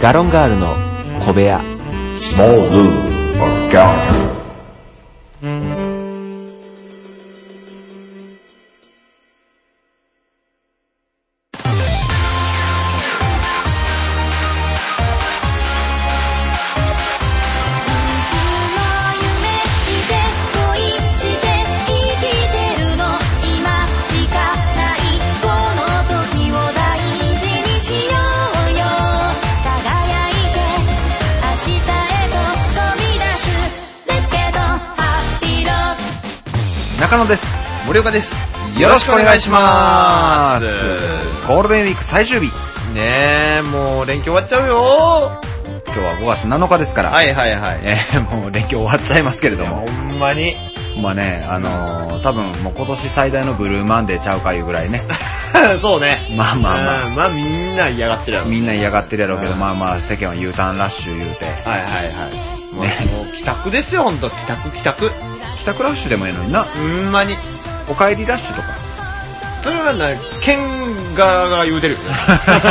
ガロンガールの小部屋 Small Lou or Gallagher. いつも夢見て恋して生きてるの今しかないこの時を大事にしようよ輝いて明日へと飛び出す Let's get on happy road 中野です。森岡です。よろしくお願いしまよろしくお願いしす。ゴールデンウィーク最終日。ます。ねえ、もう連休終わっちゃうよ今日は5月7日ですから。はいはいはい。えーもう連休終わっちゃいますけれいどやも。ほんまに。まあね、あのー多分もう今年最大のブルーマンデーちゃうかいうぐらいね。 そうね。まあまあまあ。うんまあみんな嫌がってるやろ。みんな嫌がってるやろうけど、うんまあまあ世間は U ターンラッシュ言うて。はいはいはい。もうねもう帰宅ですよ、ほんと。帰宅帰宅。帰宅ラッシュでもいいのにな。ほんまに。お帰りラッシュとか。それはな、県側が言うてる。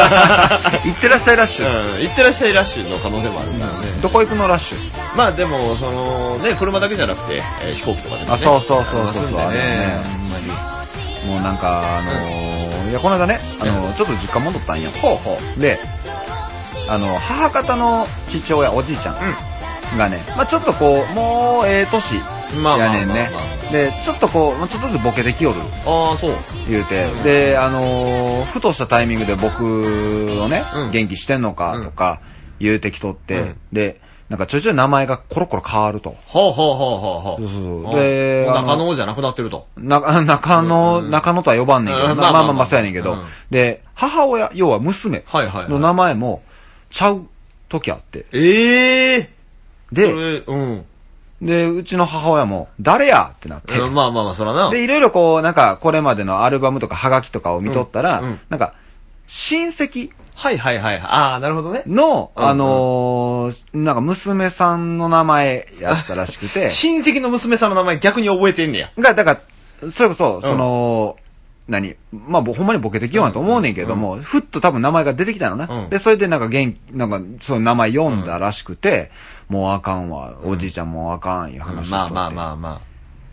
行ってらっしゃいラッシュ。うん。行ってらっしゃいラッシュの可能性もあるからね。どこ行くのラッシュ。まあでも、その、ね、車だけじゃなくて、えー飛行機とかでもね。あ、そうそうそうそう遊んそう。であれねね。もうなんか、あのーいや、この間ね、あのーちょっと実家戻ったんよ。ほうほう。で、あの、母方の父親、おじいちゃんがね、まあちょっとこう、もうええ年まあまやあまねあんまあね。で、ちょっとこう、まあちょっとずつボケてきよる、ああ、そう。言うて。で、あのーふとしたタイミングで僕をね、うん元気してんのかとか言うてきとって、うんで、なんかちょいちょい名前がコロコロ変わると。ほうほうほうほうほう。そうそうそうああであの中野じゃなくなってると。な、 中野、うん中野とは呼ばんねんけど、うんまあままあまああまあそうやねんけど、うんで、母親、要は娘はいはい、のはい。名前も、ちゃう時あって。ええで、それ、うん。で、うちの母親も、誰やってなって。うんまあまあまあ、そらな。で、いろいろこう、なんか、これまでのアルバムとか、ハガキとかを見とったら、うんうんなんか、親戚はいはいはい。ああ、なるほどね。の、うんうんあのーなんか、娘さんの名前やったらしく て、親戚の娘さんの名前逆に覚えてんねや。が、だから、それこそ、んその、何まあ、ぼほんまにボケてきようなと思うねんけども、ふっと多分名前が出てきたのな。うんで、それでなんか元気、なんか、その名前読んだらしくて、もうあかんわ、おじいちゃんもうあかん、いう話をしとまっあて。まあまあま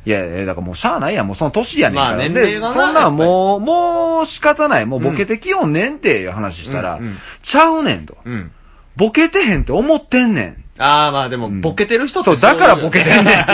いやいや、だからもうしゃあないやん、もうその年やねんから。まあ年で、齢がなそんなんもう、もう仕方ない、もうボケてきよんねんっていう話したら、うんうんちゃうねんと。あ。うん。ボケてへんって思ってんねん。ああ、まあでも、んボケてる人ってそう、だからボケてんねんって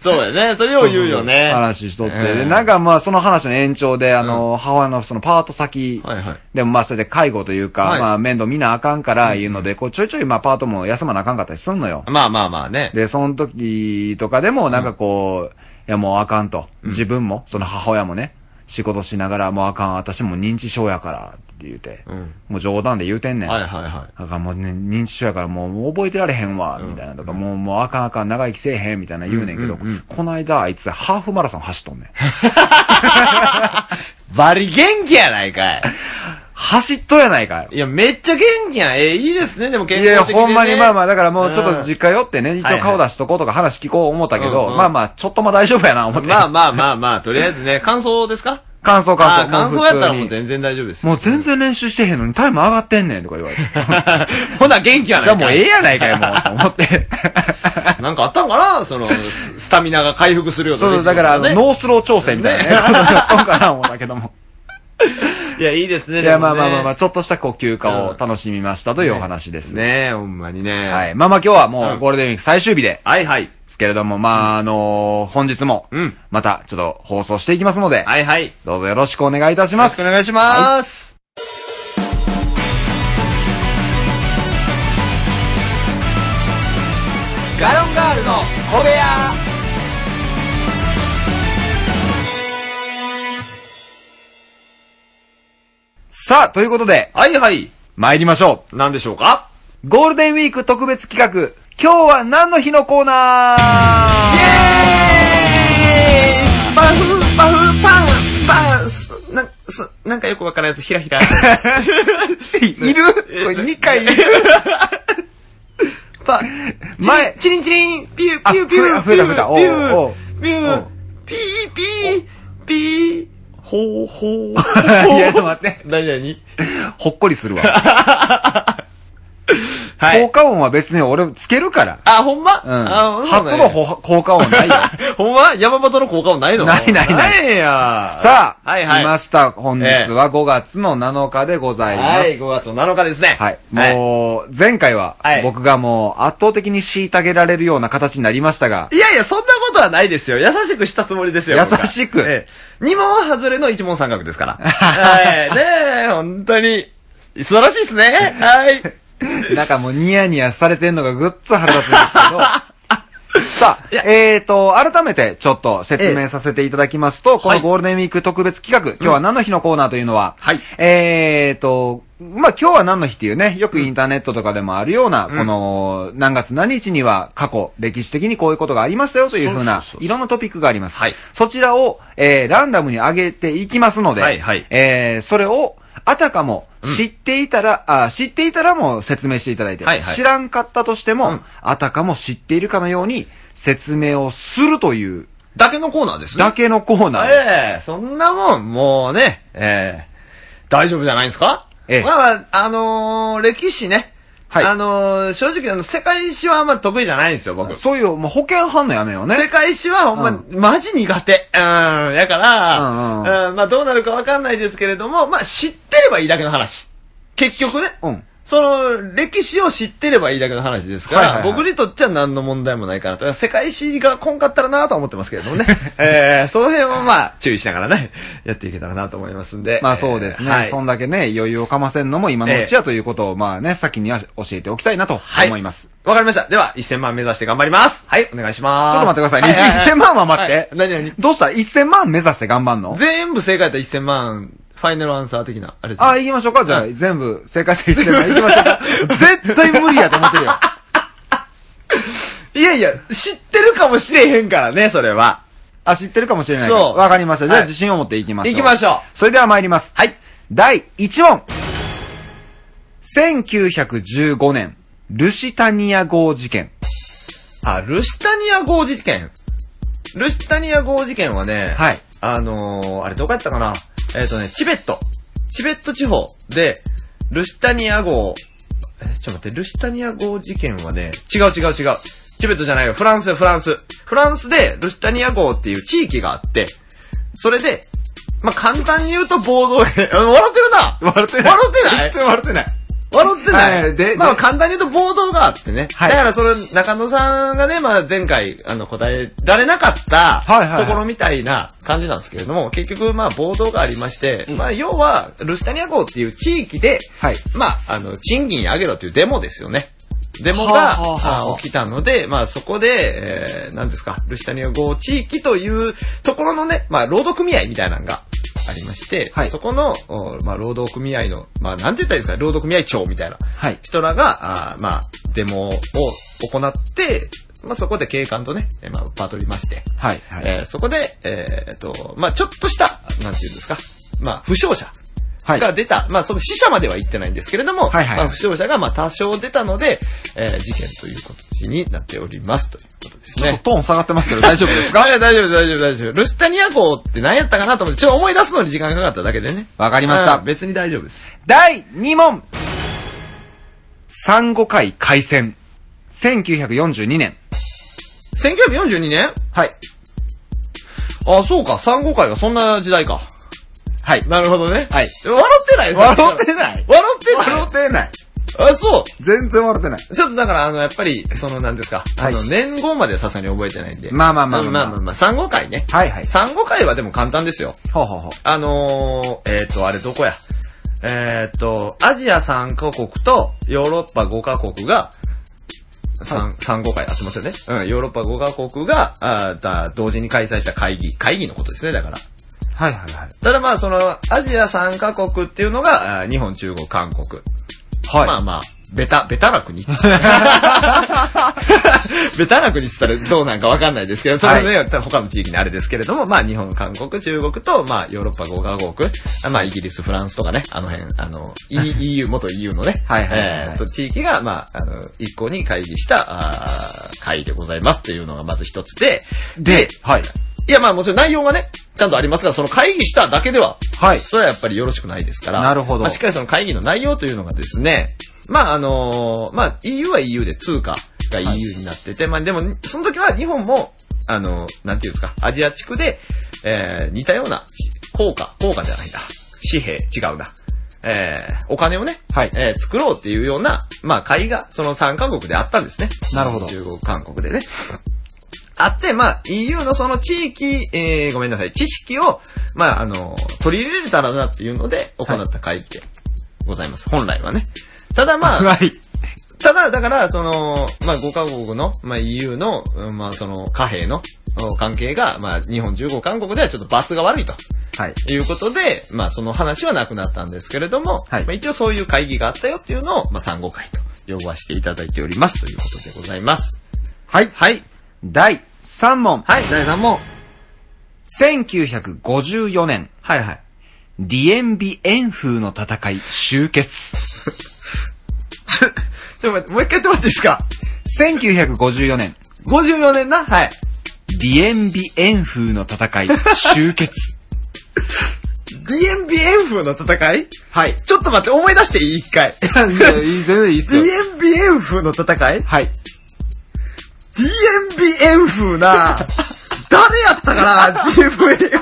そうだよね。それを言うよね。話しとって。うんで、なんかまあその話の延長で、あの、母親のそのパート先、はいはい。でもまあそれで介護というか、はいまあ面倒見なあかんからいうので、こうちょいちょいまあパートも休まなあかんかったりすんのよ。まあまあまあね。で、その時とかでも、なんかこう、いやもうあかんと。自分も、その母親もね、仕事しながら、もうあかん、私もう認知症やから、って言うて、うん。もう冗談で言うてんねん。はいはいはあかん、もうね、認知症やからもうもう覚えてられへんわ、うんみたいなとか、もう、もうあかんあかん、長生きせえへん、みたいな言うねんけど、うんうんうんこの間あいつハーフマラソン走っとんねん。い。バリ元気やないかい。走っとやないかよ。いや、めっちゃ元気やん。ええいいですね。でも健い康的やで、ね。いや、ほんまにまあまあ、だからもうちょっうとん実家寄ってね、一応顔出しとこうとか話聞こう思ったけど、うんうんまあまあ、ちょっとも大丈夫やな、思って。まあまあまあまあ、とりあえず ね、感想ですか感想感想。あー感想やったらも普通う全に然大丈夫です。もう全然練習してへんのにタイム上がってんねんとか言われて。 ほな元気やないじゃあかもうええやないかよ、もう、と 思って。なんかあったんかなその、ススタミナが回復するよそうそう、出だてくるから、あよの、ねノースロー調整みたい なね。そうかな、思うんだけども。いや、いいですね。いや、でもまあねまあまあまあ、ちょっとしたこう休暇を楽しみましたというお話です。ねえ、ほんまにね。はい。。まあまあ今日はもううんゴールデンウィーク最終日ではいはい。すけれども、まあ、あのー、本日もうん、またちょっと放送していきますので、はいはい。よどうぞよろしくお願いいたしまろしくすお。願いします。ガロンガールの小部屋さあ、ということで、はいはい。参りましょなんでしょうかう。ゴールデンウィーク特別企画、今日は何の日のコーナーイエーイパフパフパンパンす、な、す、なんかよくわからんやつ、ひらひら。いるこれ2回い るパ、前前、チリンチリン、ピュー、あピュー、ピュー、増えた増えピたュおうおうー、ピュおうー、ピー、ピー、ピー、ほうほう。 いやちょっと待って何何ほっこりするわ。はい効果音は別に俺つけるから。あ、ほんまうん。あ、ハットのほんまほ効果音ないよ。や。 ほんま山本の効果音ないのないないないないやさあ、はいはい。来ました。本日は5月の7日でございまはす。い、5月の7日ですね。はい。ももう、前回ははい、僕がもう、圧倒的に虐げられるような形になりましたが う。、いやいや、そんなことはないですよ。優しくしたつもりですよ。優僕はしくええ二問外れの一問三角です から。はい。ねえ、本当に、素晴らしいですね。はい。なんかもうニヤニヤされてんのがぐっつ腹立つんですけ ど。さいやあ、えーと、改めてちょっと説明させていただきますと、こはのいゴールデンウィーク特別企画、今日は何の日のコーナーというのは、はいえーと、まあ、今日は何の日っていうね、よくインターネットとかでもあるような、この、何月何日には過去、歴史的にこういうことがありましたよというふうなそうそうそう、いろんなトピックがあります。はいそちらを、えー、ランダムに上げていきますので、はいはいえー、それを、あたかも、知っていたら、あ、知っていたらも説明していただいて、はいはい知らんかったとしても、うんあたかも知っているかのように説明をするというだけのコーナーですね。だけのコーナーです。ええそんなもん、もうね、ええ大丈夫じゃないですかええまあまあ、あのー歴史ね。はいあのー正直、あの、世界史はあんま得意じゃないんですよ、僕。そういう、もう保険反応やめようね。世界史はほんま、うんマジ苦手。うん、やから、うんうんまあどうなるかわかんないですけれども、まあ知ってればいいだけの話。結局ね。うん。その、歴史を知ってればいいだけの話ですから、はいはいはい僕にとっては何の問題もないかなと。世界史がこんかったらなとは思ってますけれども ね。えー、その辺はまあ、注意しながらね、やっていけたらなと思いますんで。 まあそうですね、えーはいそんだけね、余裕をかませんのも今のうちやということを、まあね、先には教えておきたいなとはい思います。わかりました。では、1000万目指して頑張ります。はい、お願いします。ちょっと待ってください。ははは1000万は待って。はい何何どうした ?1000 万目指して頑張んの全部正解やったら1000万、ファイナルアンサー的な、あれですねあ、行きましょうか。じゃあ、全部正解して1000万行きましょうか。 絶対無理やと思ってるよ。いやいや、知ってるかもしれへんからね、それは。あ、知ってるかもしれないけどそうわかりました。じゃあ、はい自信を持っていきましょう。行きましょうそれでは参ります。はい。第1問。1915年、ルシタニア号事件。あ、ルシタニア号事件。ルシタニア号事件はね、はい。あのー、あれどこやったかなえっ、とね、チベット。チベット地方で、ルシタニア号、え、ちょっと待って、ルシタニア号事件はね、違う違う違う。チベットじゃないよ、フランスよ、フランス。フランスでルシタニア号っていう地域があって、それで、まあ、簡単に言うと暴動 笑ってるな 笑って笑ってない然笑ってない。笑ってない。はいでまあで簡単に言うと暴動があってね。はいだからそれ、中野さんがね、まあ前回、あの、答えられなかった、はいはいはいところみたいな感じなんですけれども、結局、まあ暴動がありまして、まあ要は、ルシタニア号っていう地域で、はい。まあ、あの、賃金上げろっていうデモですよね。デモはが、あはあはああ起きたので、まあそこで、えー、何ですか、ルシタニア号地域というところのね、まあ労働組合みたいなのがありまして、はいそこの、おまあ労働組合の、まあなんて言ったらいいですか、労働組合長みたいなはい。人らが、あーまあ、デモを行って、まあそこで警官とね、えーまあパトりまして、はい。はい。えーそこで、えーっと、まあちょっとした、なんて言うんですか、まあ負傷者はい。が出た、まあその死者までは行ってないんですけれども、はいはいまあ負傷者がまあ多少出たので、えー事件という形になっておりますということですちょっね。とトーン下がってますけど大丈夫ですかはい大丈夫、大丈夫、大丈夫。ルシタニア号って何やったかなと思って、ちょっと思い出すのに時間がかかっただけでね。わかりりました。別に大丈夫です。第2問。産後会開戦。1942年。 1942年はい。あ、そうか。産後会がそんな時代か。はい。なるほどね。はい。笑ってない笑ってない笑ってない笑ってない。あ、そう。全然笑ってない。ちょっとだから、あの、やっぱり、その、なんですか、あの、はい年号まではさすがに覚えてないんで。まあまあまあうまあんまあまあまあ、産後会ね。はいはい。産後会はでも簡単ですよ。ほうほうほう。あのー、えっ、と、あれどこや。えっ、と、アジア3カ国とヨーロッパ5カ国が、産産後会、あ、すいませんね。うん、ヨーロッパ5カ国が、あーだ同時に開催した会議。会議のことですね、だから。はいはいはい。ただまあ、その、アジア3カ国っていうのが、あー日本、中国、韓国。はい。まあまあ、ベタ、ベタな 国って言ったら ベタな国って言ったらどうなんかわかんないですけど、それね、他の地域にあれですけれども、まあ日本、韓国、中国と、まあヨーロッパ5カ国、あまあイギリス、フランスとかね、あの辺、あの、E- EU、元 EU のね、はいはいはいはいえーと地域が、まあ、あの、一個に会議した、あー会でございますというのがまず一つで、で、はい。いやまあもちろん内容がね、ちゃんとありますが、その会議しただけでは、はい。それはやっぱりよろしくないですから。なるほどまあしっかりその会議の内容というのがですね、まあ、あのーまあ、EU は EU で通貨が EU になってて、まあ、でも、その時は日本も、あのーなんていうんですか、アジア地区で、えー、似たような、効果、効果じゃないな。紙幣、違うな。えー、お金をね、はいえー、作ろうっていうような、まあ、会が、その3カ国であったんですね。なるほど中国、韓国でね。あって、まあ、EU のその地域、えー、ごめんなさい、知識を、まあ、あの、取り入れれたらなっていうので、行った会議でございます。本来はね。ただまあ、はい。ただ、だから、その、まあ、5カ国の、まあ、EU の、うんまあ、その、貨幣のお関係が、まあ、日本15韓国ではちょっとバスが悪いと。はい。いうことで、まあその話はなくなったんですけれども、はいまあ一応そういう会議があったよっていうのを、まあ産後会と呼ばせていただいておりますということでございます。はい。はい。第3問。はい、第3問。 1954年、はいはい。ディエンビエン風の戦い終結。ちょっと待って、もう一回言ってもらっていいですか1954年、 ?54 年なはい。ディエンビエン風の戦い終結。 DNBN 風の戦いはい。ちょっと待って、思い出していい一回。 全然いいっすよ。 DNBN 風の戦いはい。 ?DNBN 風な誰やったかな ?DNBN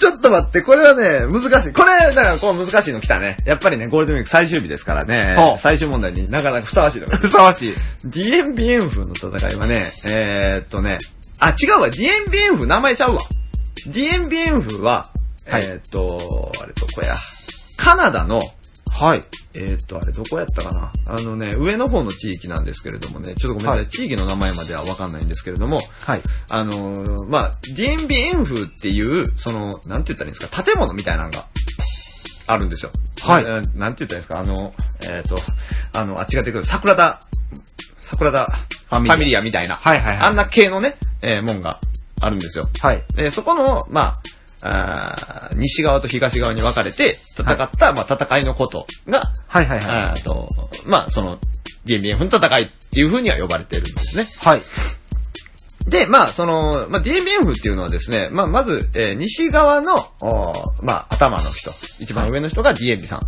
ちょっと待って、これはね、難しい。これ、だから、こう難しいの来たね。やっぱりね、ゴールデンウィーク最終日ですからね。そう最終問題になかなかふさわしいのがふさわしい。ディエンビエンフの戦いはね、えー、っとね、あ、違うわ、ディエンビエンフ名前ちゃうわ。ディエンビエンフは、はいえー、っと、あれどこや、カナダの、はい。えー、っと、あれどこやったかな。あのね、上の方の地域なんですけれどもね、ちょっとごめんなさい、はい地域の名前まではわかんないんですけれども、はい。あのーまあ、ディエンビエンフっていう、その、なんて言ったらいいんですか、建物みたいなのが、あるんですよ。はいななんて言ったらいいんですか、あの、えっ、と、あの、あっちが出てくる、桜田、桜田、ファミリアァミリアみたいな。はいはいはいあんな系のね、えーもんがあるんですよ。はい。で、そこの、まあ、あー西側と東側に分かれて戦った、まあ、戦いのことが、はいはいはい。あーと、まあ、その、ディエンビエンフの戦いっていう風には呼ばれてるんですね。はい。で、まあ、その、まあ、DMF っていうのはですね、まあ、まず、えー西側の、おーまあ、頭の人、一番上の人が DMB さん。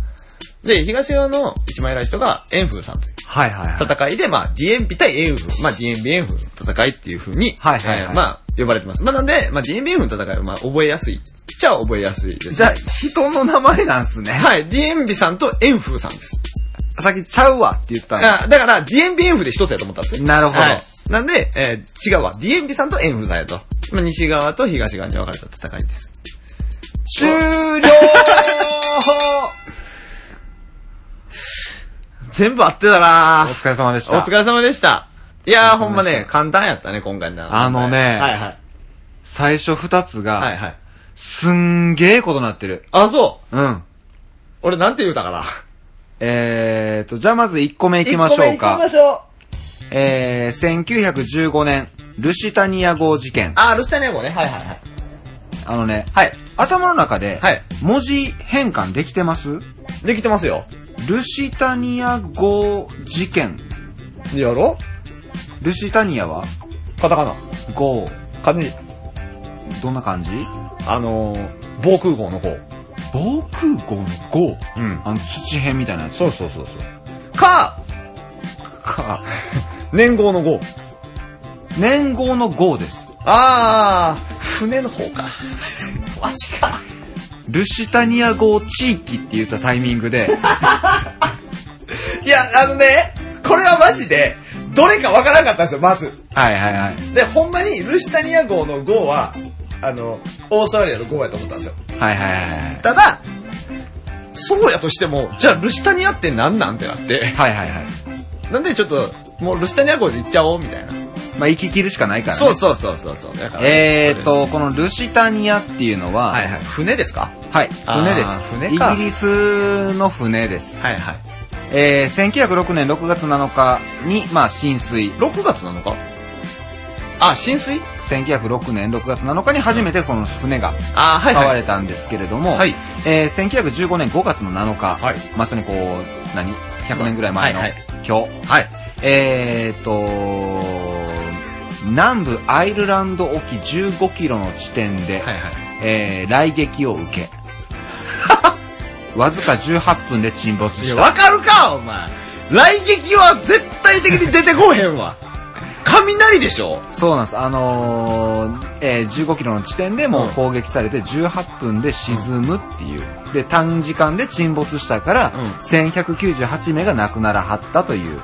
で、東側の一番偉い人がエンフーさんというはいはいはい。戦いで、まあ、DMB 対エンフー、まあ、DMB エンフーの戦いっていう風に、はいはいはえいーまあ、呼ばれてます。まあ、なんで、まあ、DMB エンフーの戦いは、まあ、覚えやすい。じゃあ、覚えやすいです。じゃあ、人の名前なんすね。はい、DMB さんとエンフーさんです。 さっきちゃうわって言ったんであだから、DNBF で一つやと思ったんですよ。なるほどはいなんで、えー違うわ。DNB さんと N さんやと。まあ、西側と東側に分かれた戦いです。終了全部合ってたな お疲れ様でしおた。疲れ様でした。いやー、おほんま疲れ様でしたね、簡単やったね、今回の。あのねはいはい。最初二つが、はいはい。すんげえことなってる。あ、そう。うん。俺なんて言うたかな。えーと、じゃあまず1個目行きましょう行きまか。しょう。えー、1915年、ルシタニア号事件。あー、ルスタネゴね。はいはいはい。あのね、はい。頭の中ではい、文字変換できてます、できてますよ。ルシタニア号事件。やろルシタニアはカタカナ。号。漢字。どんな感じあのー、防空壕の方。防空壕の号うん。あの、土辺みたいなやつそうそうそうそう。か、か。年号の号。年号の号です。あー、船の方か。 マジか。ルシタニア号地域って言ったタイミングで、いや、あのね、これはマジで、どれかわからなかったんですよ、まず。はいはいはい。で、ほんまに、ルシタニア号の号は、あの、オーストラリアの号やと思ったんですよ。はいはいはいただ、そうやとしても、じゃあルシタニアって何なんってなって。はい。はいはいはい。なんでちょっと、もうルシタニア号で行っちゃおう、みたいな。まあ、生き切るしかないからね。そうそうそうそうそう。だからえーと、このルシタニアっていうのは、はいはい。船ですかはい、あー船です。船かイギリスの船です。はいはい。えー、1906年6月7日に、まあ、浸水。 6月なのかあ、浸水1906年6月7日に初めてこの船があ、は買いはい。われたんですけれども、はいえー、1915年5月の7日、はいまさにこう、何 ?100 年ぐらい前のは今いはい日、はい。えーと、南部アイルランド沖15キロの地点はで、いはい。 えー、来撃を受け。わずか18分で沈没いしや、た。わかるかお前来撃は絶対的に出てこへんわ 雷でしょそうなんです。あのーえー15キロの地点でうもうん砲撃されて18分で沈むっていう。で、短時間で沈没したから、うん1198名が亡くならはったという。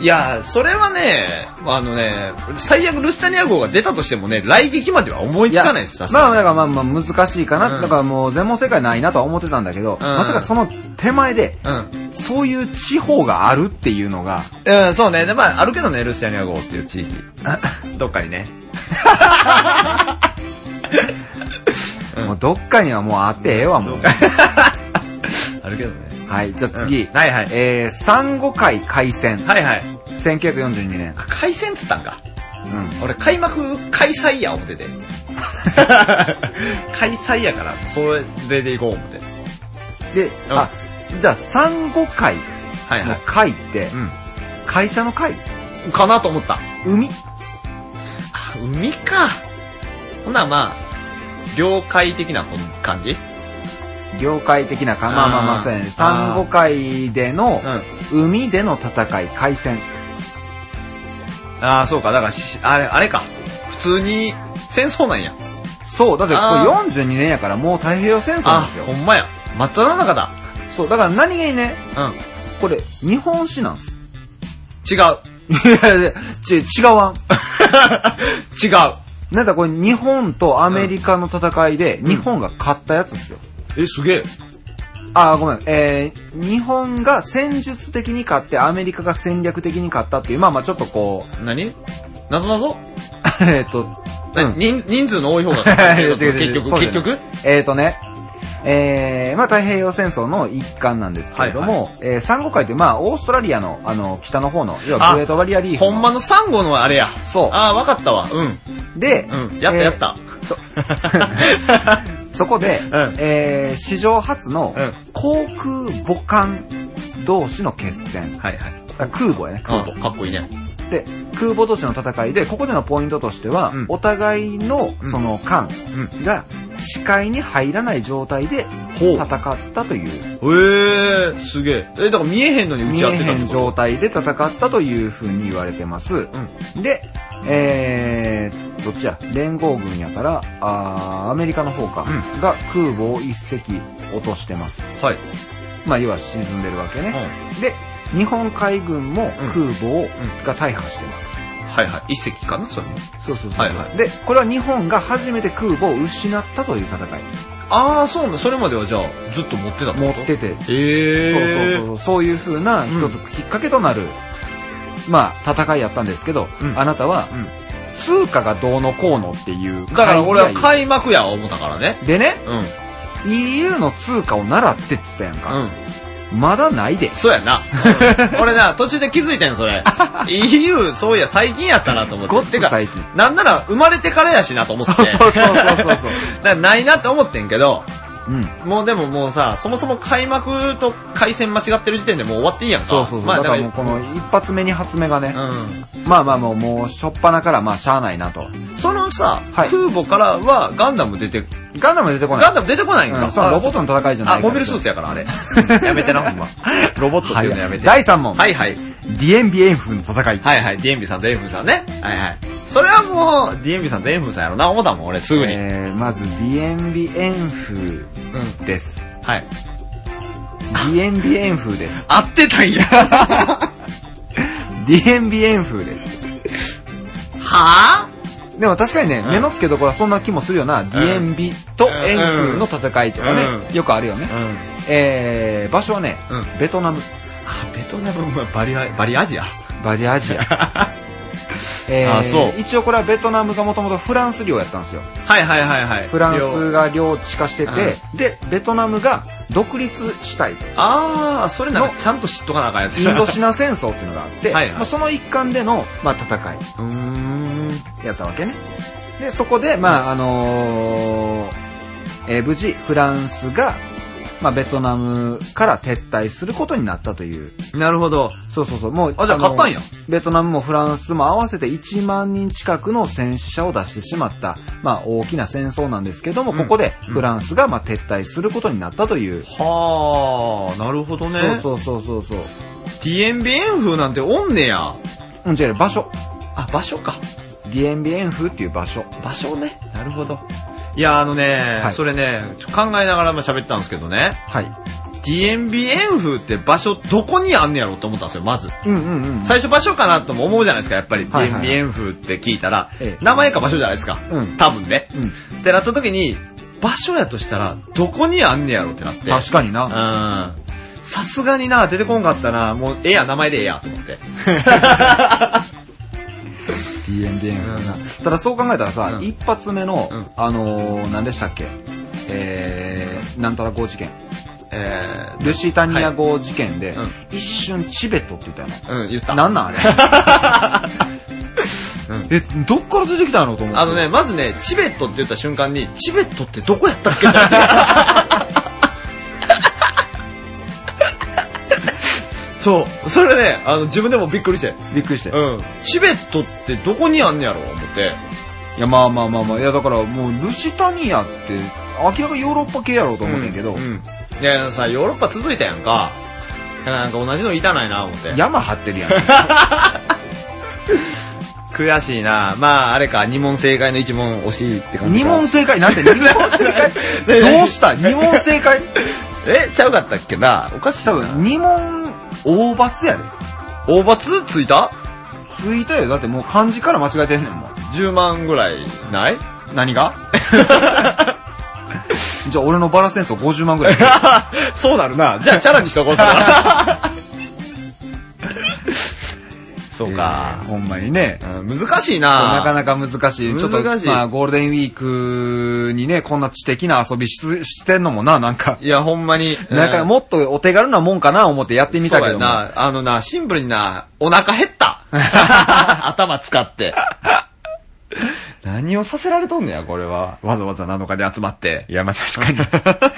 いや、それはね、あのね、最悪ルスタニア号が出たとしてもね、来撃までは思いつかないです、さまあすがにだからまあまあ難しいかな。うんだからもう全問正解ないなとは思ってたんだけど、まさかその手前で、うん。そういう地方があるっていうのが、うん、そうね。で、まあ、あるけどね、ルスタニア号っていう 地域。どっかにね。もうどっかにはもうあってええわ、もう。 あるけどね。はい、じゃあ次。うんはいはいえー、産後会海戦。はいはい。 1942年。あ、開戦っつったんか。うん。俺、開幕、開催や、思って て。開催やから、それで行こう、思って。で、あ、じゃあ産後会はいはのい。会って、う会社の会ん。かなと思った。海あ海か。ほな、まあ、了解的なこん感じ業界的なか、まあまあまあ、そうやね。あー産後会での、海での戦い、海戦。ああ、そうか。だからし、あれ、あれか。普通に、戦争なんや。そう、だってこあーれ42年やからもう太平洋戦争なんあですよ、ほ。んまや。真っ只中だ。そう、だから何気にね、うん。これ、日本史なんです。違う。 いやいや、ち、違わ ん。違う。なんだこれ日本とアメリカの戦いで、日本が勝ったやつですよ。え、すげえ。あー、ごめん。えー、日本が戦術的に勝って、アメリカが戦略的に勝ったっていう、まあまあちょっとこう、何なぞなぞ えっと、うん。人人数の多い方が違う違う違う結局、 そうだよね結局えっとね、えー、まあ太平洋戦争の一環なんですけれども、えー、産後海って、まあオーストラリアの、あの、北の方の、要はあグレートバリアリーフほの。んまのサンゴのあれや。そうああ、わかったわ。うん。で、うん。やったやっえーた。そそこで、うんえー史上初のうん航空母艦同士の決戦。はいはい。あ空母やね、空母。うんかっこいいね。で、空母同士の戦いで、ここでのポイントとしては、うんお互いのうんその艦が視界に入らない状態でほう戦ったといえう、えー、すげえ。え、だから見えへんのに打見ちえ合ってたへってんこ状態で戦ったというふうに言われてます。とで、えー、どっちや連合軍やから、あーアメリカの方か、うが空母を一隻落としてます。うん。はい。まあ、要は沈んでるわけね。うで、日本海軍も空母を、が大破してます。ん。はいはい。一石かなそれも。そうそうそう。はいはで、これは日本が初めて空母を失ったという戦い。ああ、そうね。それまではじゃあ、ずっと持ってた持ってて。ええー。そうそうそう。そういう風な一つきっかけとなる、まあ、戦いやったんですけど、うんあなたは、うん通貨がどうのこうのっていう。だから俺は開幕や思ったからね。でね、うん。うん。 EU の通貨を習ってっつったやんか。まだないで。そうやな。 俺な、途中で気づいたんよ、それ。EU、そういや、最近やったなと思って。ごっつてか最近なんなら、生まれてからやしなと思って。そうそうそうそうそうなないなって思ってんけど、 うん。もうでももうさ、そもそも開幕と開戦間違ってる時点でもう終わっていいやんか。そうそうそう。まあ、だだかからもうこの一発目二発目がね、ら、うまあまあもう、もう、しょっぱなからまあしゃあないなと。ん。そのさ、はい空母からはガンダム出て、ガンダム出てこない。ガンダム出てこないんか。うんそうロボットの戦いじゃないあ、モビルスーツやから、あ れ。やめてな、ほんま。ロボットっていうのやめて。はい第三問はいはい。ディエンビエンフの戦い。はいはい、ディエンビさんとエンフンさんね。はいはい。それはもう、ディエンビさんとエンフンさんやろな、思ったもん、俺、すぐに。えー、まず、ディエンビエンフです。はい。ディエンビエンフです。合ってたん や。ディエンビエンフです。はでも確かにね、ん目の付けどころはそんな気もするよな。ディエンビとエンフの戦いとかうね、んよくあるよねぁ。うん。えー、場所はねうん、ベトナム、あ、ベトナムはバリア、バリアジア。バリアジ ア。えあそうー、一応これはベトナムがもともとフランス領やったんですよ。はいはいはいはい。フランスが領地化してて、で、ベトナムが独立したい。あー、それなんかちゃんと知っとかなあかんやつ。インドシナ戦争っていうのがあって、はいはいまあその一環での、まあ、戦いうーん。やったわけね。で、そこで、まあ、あのーえー無事、フランスがまあ、ベトナムから撤退することになったという。 なるほど。そうそうそう。もう、あじゃあの買ったんや。ベトナムもフランスも合わせて1万人近くの戦死者を出してしまった、まあ、大きな戦争なんですけども、うんここでフランスが、まあ、撤退することになったという。はあ、なるほどね。そうそうそうそうそう。ディエンビエン風なんておんねや。うん、じゃあ場所。あ、場所か。ディエンビエンフっていう場所。場所ね。なるほど。いや、あのね、はいそれね、ちょ考えながらも喋ったんですけどね、はい。ディエンビエン風って場所どこにあんねやろって思ったんですよ、まず。うんうんうん。最初場所かなとも思うじゃないですか、やっぱり。デはいィエはンいビエン風って聞いたらえ、え名前か場所じゃないですか。うん多分ね。うん。ってなった時に、場所やとしたら、どこにあんねやろってなって。確かにな。うん。さすがにな、出てこんかったな、もう、ええや、名前でええや、と思って。ただそう考えたらさ、うん一発目の、うんあのー、何でしたっけえー、なんとら号事件。えルシタニア号事件で、はい一瞬チベットって言ったよね。ー、うん、言った。なんなんあれ、え、どっから出てきたのと思って。あのね、、まずね、チベットって言った瞬間に、チベットってどこやったっけ そう、それね、あの、自分でもびっくりして。びっくりして。いうん。チベットってどこにあんねやろ思って。や、まあまあまあまあ、いやだからもうルシタニアって、明らかにヨーロッパ系やろうと思うねんだけど、うん。いや、さ、ヨーロッパ続いたやんか。なんか同じの言いたないな、思って。山張ってるやん。悔しいな。まあ、あれか、二問正解の一問惜しいって感じ二か。問正解なんて二問正解 どうした二問正解え、ちゃうかったっけな。おかしい多な。分、二問大罰やで。大罰ついたついたよ。だってもう漢字から間違えてんねんもん。 ?10 万ぐらいない何 がじゃあ俺のバラ戦争50万ぐらい。 そうなるな。じゃあ、チャラにしとこう、それは そうえーか。ほんまにね。うん難しいな。なかなか難しい。ちょっと、難しいまあ、ゴールデンウィークにね、こんな知的な遊びししてんのもな、なんか。いや、ほんまに。なんかもっとお手軽なもんかな思ってやってみたけそどうも。やな。あのな、シンプルにな、お腹減 った。頭使って。何をさせられとんねや、これは。わざわざ7日で集まって。いや、まあ確か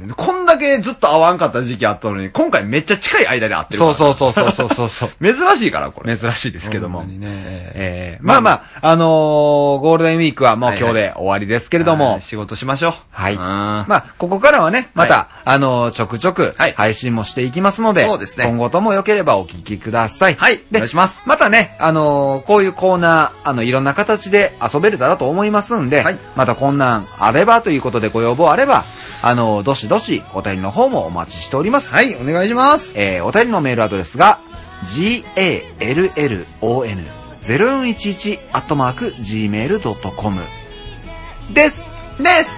に。 こんだけずっと会わんかった時期あったのに、今回めっちゃ近い間で会ってるかそら。うそうそうそうそうそうそう。 珍しいから、これ。珍しいですけども。ほんまにねえーまあまあ、あのーゴールデンウィークはもう今日で終わりですけれども、はい仕事しましょう。はいままあ、ここからはね、また、はあのーちょくちょく、はい配信もしていきますので、そうですね今後とも良ければお聞きください。はいでお願いします。またね、あのーこういうコーナー、あの、いろんな形で遊べれたらと思いますんで、はいまたこんなんあればということでご要望あれば、あのーどしどしお便りの方もお待ちしております。はい、お願いします。えーお便りのメールアドレスが、gallon0411-gmail.com です。です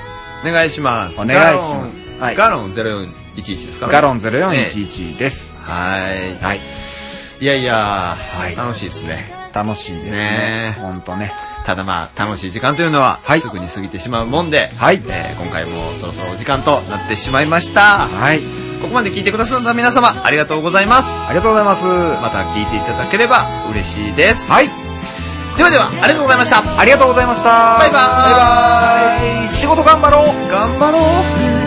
お願いします。お願いしますはいガロン,、ガロン0411ですかガロンね0411です。ははい。い。いやいや、はい楽しいですね。楽しいでねすね。えほんとね。ただまあ、楽しい時間というのは、はいすぐに過ぎてしまうもんで、はいえー今回もそろそろお時間となってしまいました。はい。ここまで聞いてくださった皆様、ありがとうございます。ありがとうございます。また聞いていただければ嬉しいです。はい。ではでは、ありがとうございました。ありがとうございました。バイバーイバイバーイ。仕事頑張ろう。頑張ろう